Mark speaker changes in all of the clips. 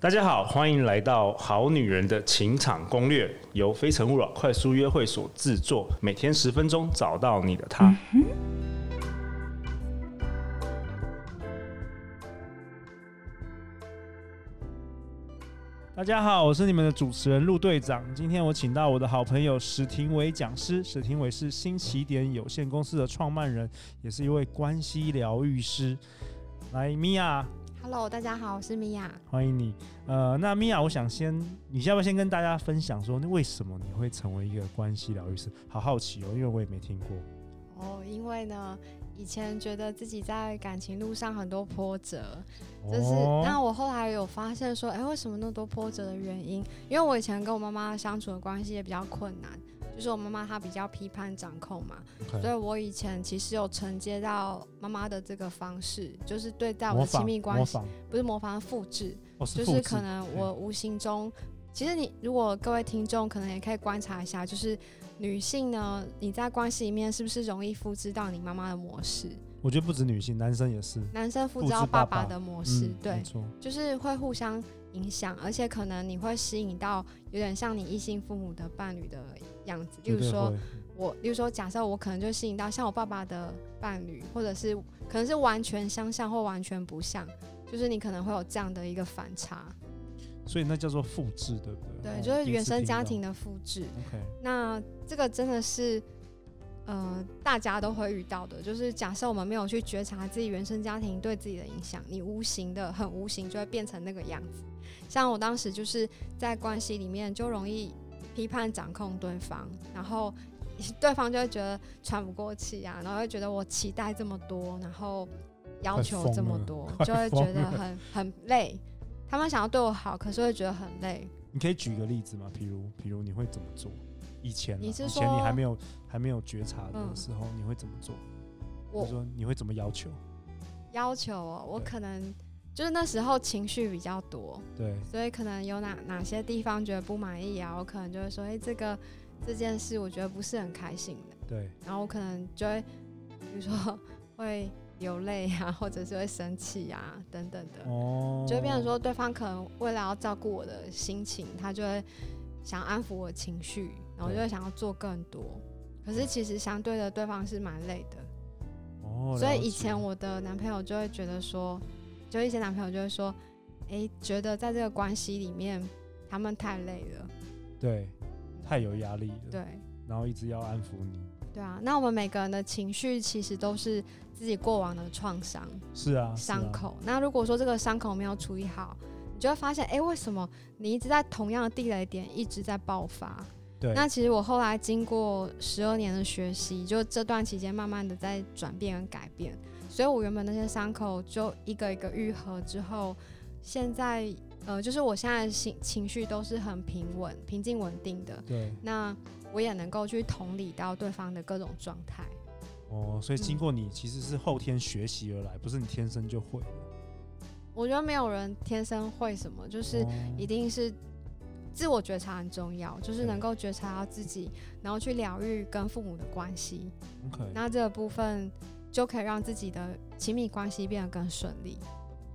Speaker 1: 大家好，欢迎来到《好女人的情场攻略》，由非诚勿扰快速约会所制作，每天十分钟，找到你的他。
Speaker 2: 大家好，我是你们的主持人陆队长。今天我请到我的好朋友史廷伟讲师。史廷伟是新起点有限公司的创办人，也是一位关系疗愈师。来，米娅，
Speaker 3: Hello，大家好，我是米娅。
Speaker 2: 欢迎你。呃，那米娅，我想先，你要不要先跟大家分享说，为什么你会成为一个关系疗愈师？好好奇哦，因为我也没听过。
Speaker 3: 哦，因为呢，以前觉得自己在感情路上很多波折，就是、
Speaker 2: 哦
Speaker 3: 那我后来有发现说，哎、为什么那么多波折的原因？因为我以前跟我妈妈相处的关系也比较困难，就是我妈妈她比较批判掌控嘛，所以我以前其实有承接到妈妈的这个方式，就是对待我
Speaker 2: 模
Speaker 3: 的
Speaker 2: 仿
Speaker 3: 亲密
Speaker 2: 模
Speaker 3: 关系，
Speaker 2: 仿，
Speaker 3: 不是模仿复制，
Speaker 2: 哦，
Speaker 3: 就是
Speaker 2: 复
Speaker 3: 是
Speaker 2: 制
Speaker 3: 可能我无形中，其实你如果各位听众可能也可以观察一下，就是女性呢，你在关系里面是不是容易复制到你妈妈的模式？
Speaker 2: 我觉得不止女性，男生也是。
Speaker 3: 男生复
Speaker 2: 复
Speaker 3: 制
Speaker 2: 制
Speaker 3: 到
Speaker 2: 爸爸嗯
Speaker 3: 爸爸的模式，
Speaker 2: 没
Speaker 3: 对，
Speaker 2: 错，
Speaker 3: 就是会互相影响，而且可能你会吸引到有点像你异性父母的伴侣的样子，例
Speaker 2: 绝
Speaker 3: 如
Speaker 2: 对
Speaker 3: 说
Speaker 2: 会
Speaker 3: 我，例如说假设我可能就吸引到像我爸爸的伴侣，或者是可能是完全相像或完全不像，就是你可能会有这样的一个反差。
Speaker 2: 所以那叫做复制，对不对？
Speaker 3: 对，
Speaker 2: 哦
Speaker 3: 就是
Speaker 2: 第一
Speaker 3: 原
Speaker 2: 次
Speaker 3: 生
Speaker 2: 听
Speaker 3: 家
Speaker 2: 到
Speaker 3: 庭的复制。
Speaker 2: OK，
Speaker 3: 那这个真的是，呃，大家都会遇到的。就是假设我们没有去觉察自己原生家庭对自己的影响，你无形的、很无形就会变成那个样子。像我当时就是在关系里面就容易批判、掌控对方，然后 对方就会觉得喘不过气啊，然后会觉得我期待这么多，然后要
Speaker 2: 快
Speaker 3: 求
Speaker 2: 疯
Speaker 3: 这么
Speaker 2: 了
Speaker 3: 多，
Speaker 2: 快
Speaker 3: 就会
Speaker 2: 疯
Speaker 3: 觉得
Speaker 2: 了
Speaker 3: 很很累。他们想要对我好，可是会觉得很累。
Speaker 2: 你可以举个例子吗？比如，比如你会怎么做？以前啦，
Speaker 3: 你是
Speaker 2: 以前你
Speaker 3: 说
Speaker 2: 还没有还没有觉察的
Speaker 3: 嗯
Speaker 2: 时候，你会怎么做？
Speaker 3: 我
Speaker 2: 你说你会怎么要求？
Speaker 3: 要求哦，我
Speaker 2: 对
Speaker 3: 可能就是那时候情绪比较多，
Speaker 2: 对，
Speaker 3: 所以可能有哪哪些地方觉得不满意啊，我可能就会说，哎、这个这件事我觉得不是很开心的，
Speaker 2: 对，
Speaker 3: 然后我可能就会，比如说会流泪啊，或者是会生气啊等等的，
Speaker 2: 哦，
Speaker 3: 就会变成说对方可能为了要照顾我的心情，他就会想安抚我的情绪，然后就
Speaker 2: 对
Speaker 3: 会想要做更多，可是其实相对的对方是蛮累的。
Speaker 2: 哦，
Speaker 3: 所
Speaker 2: 了
Speaker 3: 以以
Speaker 2: 解
Speaker 3: 前我的男朋友就会觉得说，就一些男朋友就会说，诶，觉得在这个关系里面他们太累了，
Speaker 2: 对太有压力了，
Speaker 3: 对
Speaker 2: 然后一直要安抚你。
Speaker 3: 对啊。那我们每个人的情绪其实都是自己过往的创伤
Speaker 2: 是啊，是
Speaker 3: 伤
Speaker 2: 啊，
Speaker 3: 口。那如果说这个伤口没有处理好，你就会发现，诶，为什么你一直在同样的地雷点一直在爆发？
Speaker 2: 对，
Speaker 3: 那其实我后来经过十二年的学习，就这段期间慢慢的在转变跟改变，所以我原本那些伤口就一个一个愈合之后，现在呃，就是我现在的情情绪都是很平稳、平静、稳定的。
Speaker 2: 对
Speaker 3: 那我也能够去同理到对方的各种状态。
Speaker 2: 哦，所以经
Speaker 3: 嗯
Speaker 2: 过你其实是后天学习而来，不是你天生就会的。
Speaker 3: 我觉得没有人天生会什么，就是
Speaker 2: 哦
Speaker 3: 一定是自我觉察很重要，就是
Speaker 2: 对
Speaker 3: 能够觉察到自己，然后去疗愈跟父母的关系。
Speaker 2: OK，
Speaker 3: 那这个部分就可以让自己的亲密关系变得更顺利。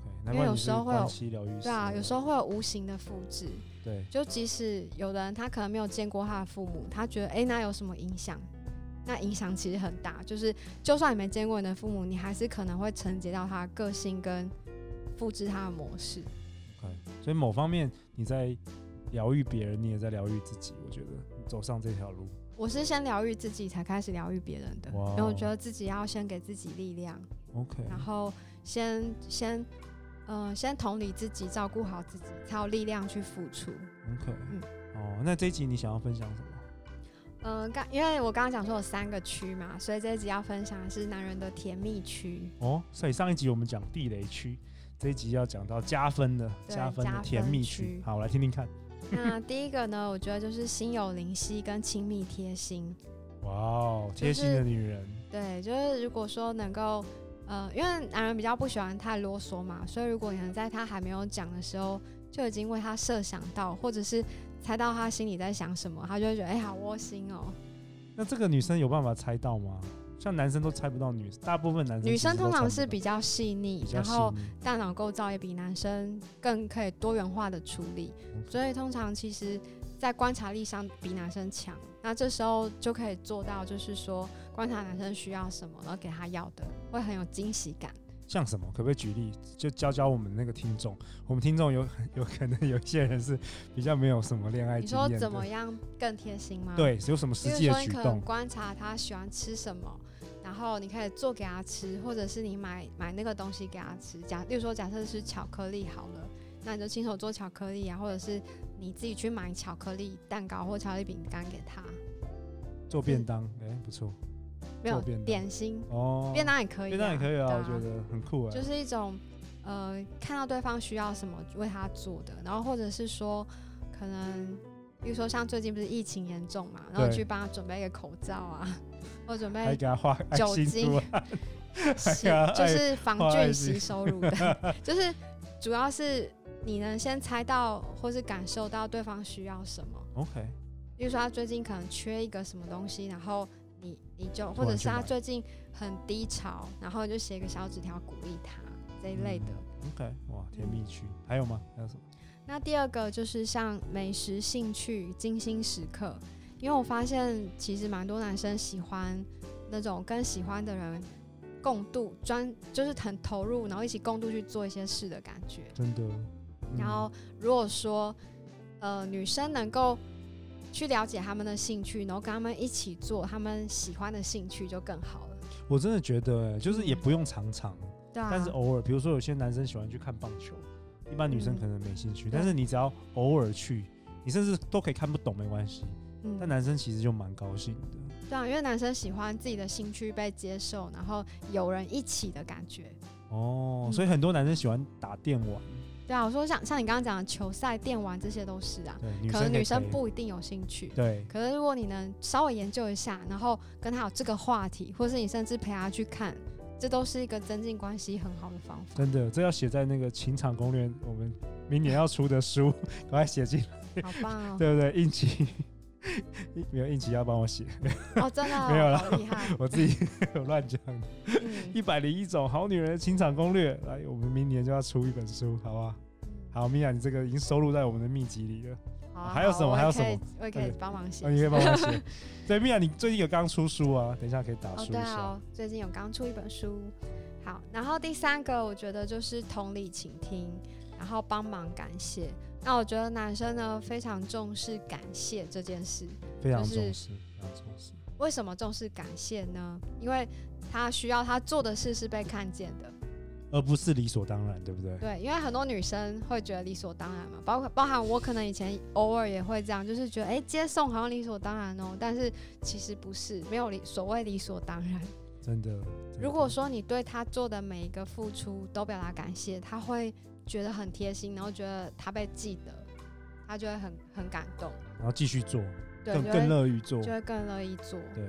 Speaker 2: OK，难
Speaker 3: 因
Speaker 2: 怪
Speaker 3: 为有
Speaker 2: 你
Speaker 3: 时
Speaker 2: 是
Speaker 3: 候会
Speaker 2: 关
Speaker 3: 有
Speaker 2: 系疗愈师
Speaker 3: 对啊，
Speaker 2: 了
Speaker 3: 有时候会有无形的复制，
Speaker 2: 对
Speaker 3: 就即使有的人他可能没有见过他的父母，他觉得诶，那有什么影响？那影响其实很大，就是就算你没见过你的父母，你还是可能会承接到他的个性跟复制他的模式。
Speaker 2: OK，所以某方面你在疗愈别人，你也在疗愈自己。我觉得你走上这条路，
Speaker 3: 我是先疗愈自己，才开始疗愈别人的。
Speaker 2: 哇
Speaker 3: 因为我
Speaker 2: 哦
Speaker 3: 觉得自己要先给自己力量，
Speaker 2: OK，
Speaker 3: 然后先先嗯、呃先同理自己，照顾好自己，才有力量去付出。
Speaker 2: OK，
Speaker 3: 嗯
Speaker 2: 哦，那这一集你想要分享什么？
Speaker 3: 嗯，刚因为我刚刚讲说有三个区嘛，所以这一集要分享的是男人的甜蜜区，
Speaker 2: 哦，所以上一集我们讲地雷区，这一集要讲到加分的
Speaker 3: 对
Speaker 2: 加分
Speaker 3: 加
Speaker 2: 的
Speaker 3: 分
Speaker 2: 甜蜜区
Speaker 3: 区。
Speaker 2: 好，我来听听看。
Speaker 3: 那第一个呢，我觉得就是心有灵犀跟亲密贴心。
Speaker 2: 哇哦，贴
Speaker 3: 就
Speaker 2: 心的
Speaker 3: 是
Speaker 2: 女人，
Speaker 3: 对，就是如果说能够，呃，因为男人比较不喜欢太啰嗦嘛，所以如果你能在他还没有讲的时候就已经为他设想到，或者是猜到他心里在想什么，他就会觉得哎、好窝心哦。
Speaker 2: 那这个女生有办法猜到吗？像男生都猜不到女，大部分男生
Speaker 3: 女生
Speaker 2: 其实都
Speaker 3: 通常
Speaker 2: 猜不
Speaker 3: 是
Speaker 2: 到
Speaker 3: 比较细腻
Speaker 2: 比，较
Speaker 3: 然
Speaker 2: 细
Speaker 3: 后
Speaker 2: 腻
Speaker 3: 大脑构造也比男生更可以多元化的处理，
Speaker 2: 嗯
Speaker 3: 所以通常其实，在观察力上比男生强。那这时候就可以做到，就是说观察男生需要什么，然后给他要的，会很有惊喜感。
Speaker 2: 像什么？可不可以举例？就教教我们那个听众，我们听众有有可能有些人是比较没有什么恋爱
Speaker 3: 你
Speaker 2: 经
Speaker 3: 说
Speaker 2: 验的，
Speaker 3: 怎么样更贴心吗？，
Speaker 2: 对，有什么
Speaker 3: 比
Speaker 2: 实
Speaker 3: 如
Speaker 2: 际的
Speaker 3: 说
Speaker 2: 举
Speaker 3: 你可能
Speaker 2: 动？
Speaker 3: 观察他喜欢吃什么，然后你可以做给他吃，或者是你买买那个东西给他吃。假，例如说假设是巧克力好了，那你就亲手做巧克力啊，或者是你自己去买巧克力蛋糕或巧克力饼干给他，
Speaker 2: 做便当，哎、不错
Speaker 3: 没有
Speaker 2: 做便当
Speaker 3: 点心，
Speaker 2: 哦。
Speaker 3: 便当也可以、啊，
Speaker 2: 便当也可以啊，
Speaker 3: 对
Speaker 2: 我觉得很酷哎、
Speaker 3: 就是一种呃，看到对方需要什么为他做的，然后或者是说可能，比如说像最近不是疫情严重嘛，然后
Speaker 2: 对
Speaker 3: 去帮他准备一个口罩啊， 或者准
Speaker 2: 还
Speaker 3: 备
Speaker 2: 给他画爱
Speaker 3: 酒
Speaker 2: 心啊嗯
Speaker 3: 精
Speaker 2: 图案，
Speaker 3: 洗
Speaker 2: 哎呀，
Speaker 3: 就
Speaker 2: 爱
Speaker 3: 是防
Speaker 2: 好爱
Speaker 3: 菌
Speaker 2: 心
Speaker 3: 洗手乳的， 就是主要是你能先猜到或是感受到对方需要什么。
Speaker 2: OK，
Speaker 3: 比如说他最近可能缺一个什么东西，然后你你就
Speaker 2: 突
Speaker 3: 或
Speaker 2: 然
Speaker 3: 者
Speaker 2: 去
Speaker 3: 是他
Speaker 2: 买
Speaker 3: 最近很低潮，然后你就写一个小纸条鼓励他这一类的。
Speaker 2: 嗯 OK，哇，甜蜜区还有吗？还有什么？
Speaker 3: 那第二个就是像美食兴趣、精心时刻，因为我发现其实蛮多男生喜欢那种跟喜欢的人共度，专就是很投入，然后一起共度去做一些事的感觉。
Speaker 2: 真的，嗯
Speaker 3: 然后如果说呃女生能够去了解他们的兴趣，然后跟他们一起做他们喜欢的兴趣就更好了。
Speaker 2: 嗯我真的觉得、哎，就是也
Speaker 3: 嗯
Speaker 2: 不用常常，
Speaker 3: 对啊，
Speaker 2: 但是偶尔，比如说有些男生喜欢去看棒球，一般女生
Speaker 3: 嗯
Speaker 2: 可能没兴趣，
Speaker 3: 对
Speaker 2: 但是你只要偶尔去，你甚至都可以看不懂没关系。
Speaker 3: 嗯
Speaker 2: 但男生其实就蛮高兴的
Speaker 3: 对啊，因为男生喜欢自己的兴趣被接受，然后有人一起的感觉。
Speaker 2: 哦，
Speaker 3: 嗯
Speaker 2: 所以很多男生喜欢打电玩，
Speaker 3: 对啊，我说像像你刚刚讲的球赛、电玩这些都是啊，
Speaker 2: 对，女
Speaker 3: 可
Speaker 2: 生
Speaker 3: 能
Speaker 2: 也
Speaker 3: 女生
Speaker 2: 以
Speaker 3: 不一定有兴趣。
Speaker 2: 对，
Speaker 3: 可是如果你能稍微研究一下，然后跟他有这个话题，或是你甚至陪他去看，这都是一个增进关系很好的方法，
Speaker 2: 真的，这要写在那个情场攻略，我们明年要出的书， 赶快写进来，
Speaker 3: 好棒哦！
Speaker 2: 对不对？应急。 没有应急要帮我写，
Speaker 3: 哦，真的哦、
Speaker 2: 没有啦
Speaker 3: 好厉害。
Speaker 2: 我自己 有乱讲的。
Speaker 3: 嗯
Speaker 2: 一百零一种好女人的情场攻略，来，我们明年就要出一本书，好不好？好，米娅，你这个已经收录在我们的秘籍里了。
Speaker 3: 好啊
Speaker 2: 还有
Speaker 3: 好啊
Speaker 2: 什么
Speaker 3: 我也
Speaker 2: 还有
Speaker 3: 可
Speaker 2: 什
Speaker 3: 以
Speaker 2: 么
Speaker 3: 我也可以帮忙写
Speaker 2: 哦，。你可以帮我写。 对，米娅，你最近有刚出书啊？等一下可以打
Speaker 3: 哦，
Speaker 2: 书一
Speaker 3: 对
Speaker 2: 下。
Speaker 3: 哦，最近有刚出一本书。好，然后第三个我觉得就是同理倾听，然后帮忙感谢。那我觉得男生呢非常重视感谢这件事。
Speaker 2: 非常
Speaker 3: 啊就是
Speaker 2: 重视，非常重视。
Speaker 3: 为什么重视感谢呢？因为他需要他做的事是被看见的。
Speaker 2: 而不是理所当然，对不对？
Speaker 3: 对，因为很多女生会觉得理所当然嘛，包括包含我可能以前偶尔也会这样，就是觉得哎、诶接送好像理所当然哦，但是其实不是，没有理所谓理所当然。
Speaker 2: 真的。真的
Speaker 3: 如果说你对他做的每一个付出都表达感谢，他会觉得很贴心，然后觉得他被记得，他就会很很感动，
Speaker 2: 然后继续做，
Speaker 3: 对，
Speaker 2: 更
Speaker 3: 就
Speaker 2: 更
Speaker 3: 会
Speaker 2: 乐于做，
Speaker 3: 就会更乐意做。
Speaker 2: 对。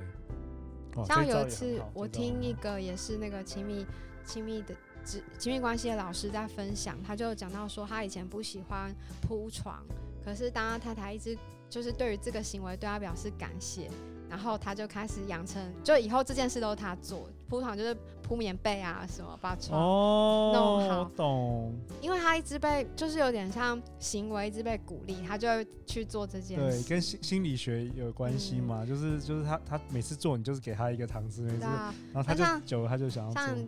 Speaker 2: 哇
Speaker 3: 像
Speaker 2: 哦这招
Speaker 3: 有
Speaker 2: 也
Speaker 3: 一次
Speaker 2: 很好
Speaker 3: 我
Speaker 2: 这招也
Speaker 3: 听一
Speaker 2: 很好
Speaker 3: 个也是那个亲密亲密的亲亲密关系的老师在分享，他就讲到说他以前不喜欢铺床，可是当他太太一直就是对于这个行为对他表示感谢。然后他就开始养成，就以后这件事都是他做，铺床就是铺棉被啊，什么把床弄好
Speaker 2: 哦，我懂，
Speaker 3: 因为他一直被，就是有点像行为一直被鼓励，他就会去做这件
Speaker 2: 对，
Speaker 3: 事。
Speaker 2: 跟心心理学有关系嘛，就是就是他他每次做你就是给他一个糖吃，每次，
Speaker 3: 嗯啊，
Speaker 2: 然后他
Speaker 3: 那
Speaker 2: 就久了他就想要
Speaker 3: 像
Speaker 2: 做，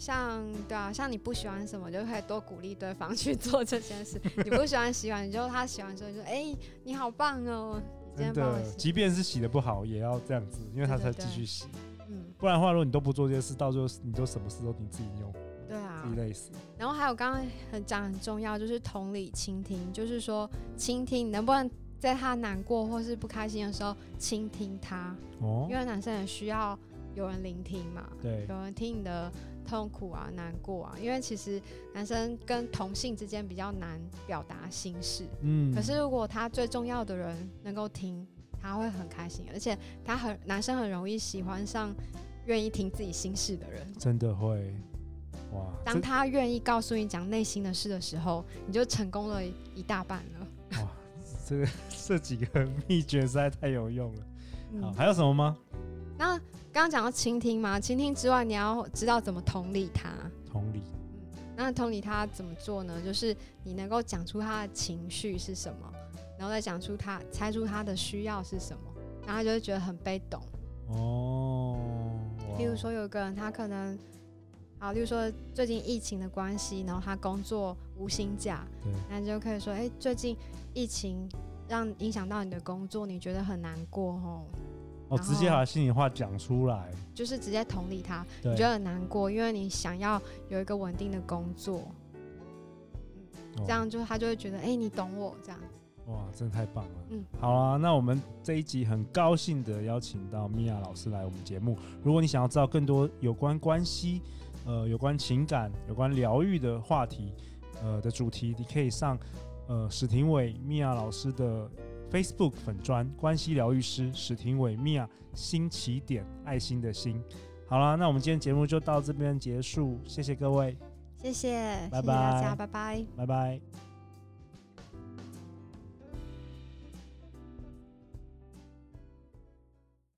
Speaker 3: 像对啊，像你不喜欢什么，就可以多鼓励对方 去做这件事。你不喜欢洗碗，你就他洗完之后你就说：“哎、你好棒哦，你今
Speaker 2: 真
Speaker 3: 天帮我
Speaker 2: 的，
Speaker 3: 洗。
Speaker 2: 即便是洗的不好也要这样子，因为他
Speaker 3: 对对
Speaker 2: 才
Speaker 3: 对
Speaker 2: 继续洗，”
Speaker 3: 嗯，
Speaker 2: 不然的话，如果你都不做这些事，到最后你就什么事都你自己用，
Speaker 3: 对啊
Speaker 2: 自己。累死。
Speaker 3: 然后还有刚刚很讲很重要，就是同理倾听，就是说倾听能不能在他难过或是不开心的时候倾听他，
Speaker 2: 哦
Speaker 3: 因，为男生也需要有人聆听嘛。
Speaker 2: 对，
Speaker 3: 有人听你的痛苦啊、难过啊，因为其实男生跟同性之间比较难表达心事，
Speaker 2: 嗯，
Speaker 3: 可是如果他最重要的人能够听，他会很开心，而且他很男生很容易喜欢上愿意听自己心事的人。
Speaker 2: 真的会，哇，
Speaker 3: 当他愿意告诉你讲内心的事的时候，你就成功了一大半了。
Speaker 2: 这哇，这这几个秘诀实在太有用了。好，
Speaker 3: 嗯，
Speaker 2: 还有什么吗？
Speaker 3: 那刚刚讲到倾听嘛，倾听之外，你要知道怎么同理他。
Speaker 2: 同理，
Speaker 3: 那同理他怎么做呢？就是你能够讲出他的情绪是什么，然后再讲出他猜出他的需要是什么，然后他就会觉得很被懂。
Speaker 2: 哦，哇
Speaker 3: 例如，说，有一个人他可能，好，例如说最近疫情的关系，然后他工作无薪假
Speaker 2: 对，
Speaker 3: 那你就可以说，哎、最近疫情让影响到你的工作，你觉得很难过哦，
Speaker 2: 哦，
Speaker 3: 然
Speaker 2: 直接
Speaker 3: 后
Speaker 2: 把心里话讲出来，
Speaker 3: 就是直接同理他，
Speaker 2: 对
Speaker 3: 你觉，得很难过，因为你想要有一个稳定的工作，
Speaker 2: 哦
Speaker 3: 这样就他就会觉得，哎、你懂我这样。
Speaker 2: 哇，真的太棒了。
Speaker 3: 嗯
Speaker 2: 好啊，那我们这一集很高兴的邀请到米娅老师来我们节目。如果你想要知道更多有关关系、呃，有关情感、有关疗愈的话题，呃的主题，你可以上呃史廷伟米娅老师的 Facebook 粉砖关系疗愈师史廷伟米娅新起点爱心的心。好啦，那我们今天节目就到这边结束，谢谢各位，
Speaker 3: 谢谢，
Speaker 2: 拜
Speaker 3: 谢谢大
Speaker 2: 拜
Speaker 3: 家，拜拜。
Speaker 2: 拜拜。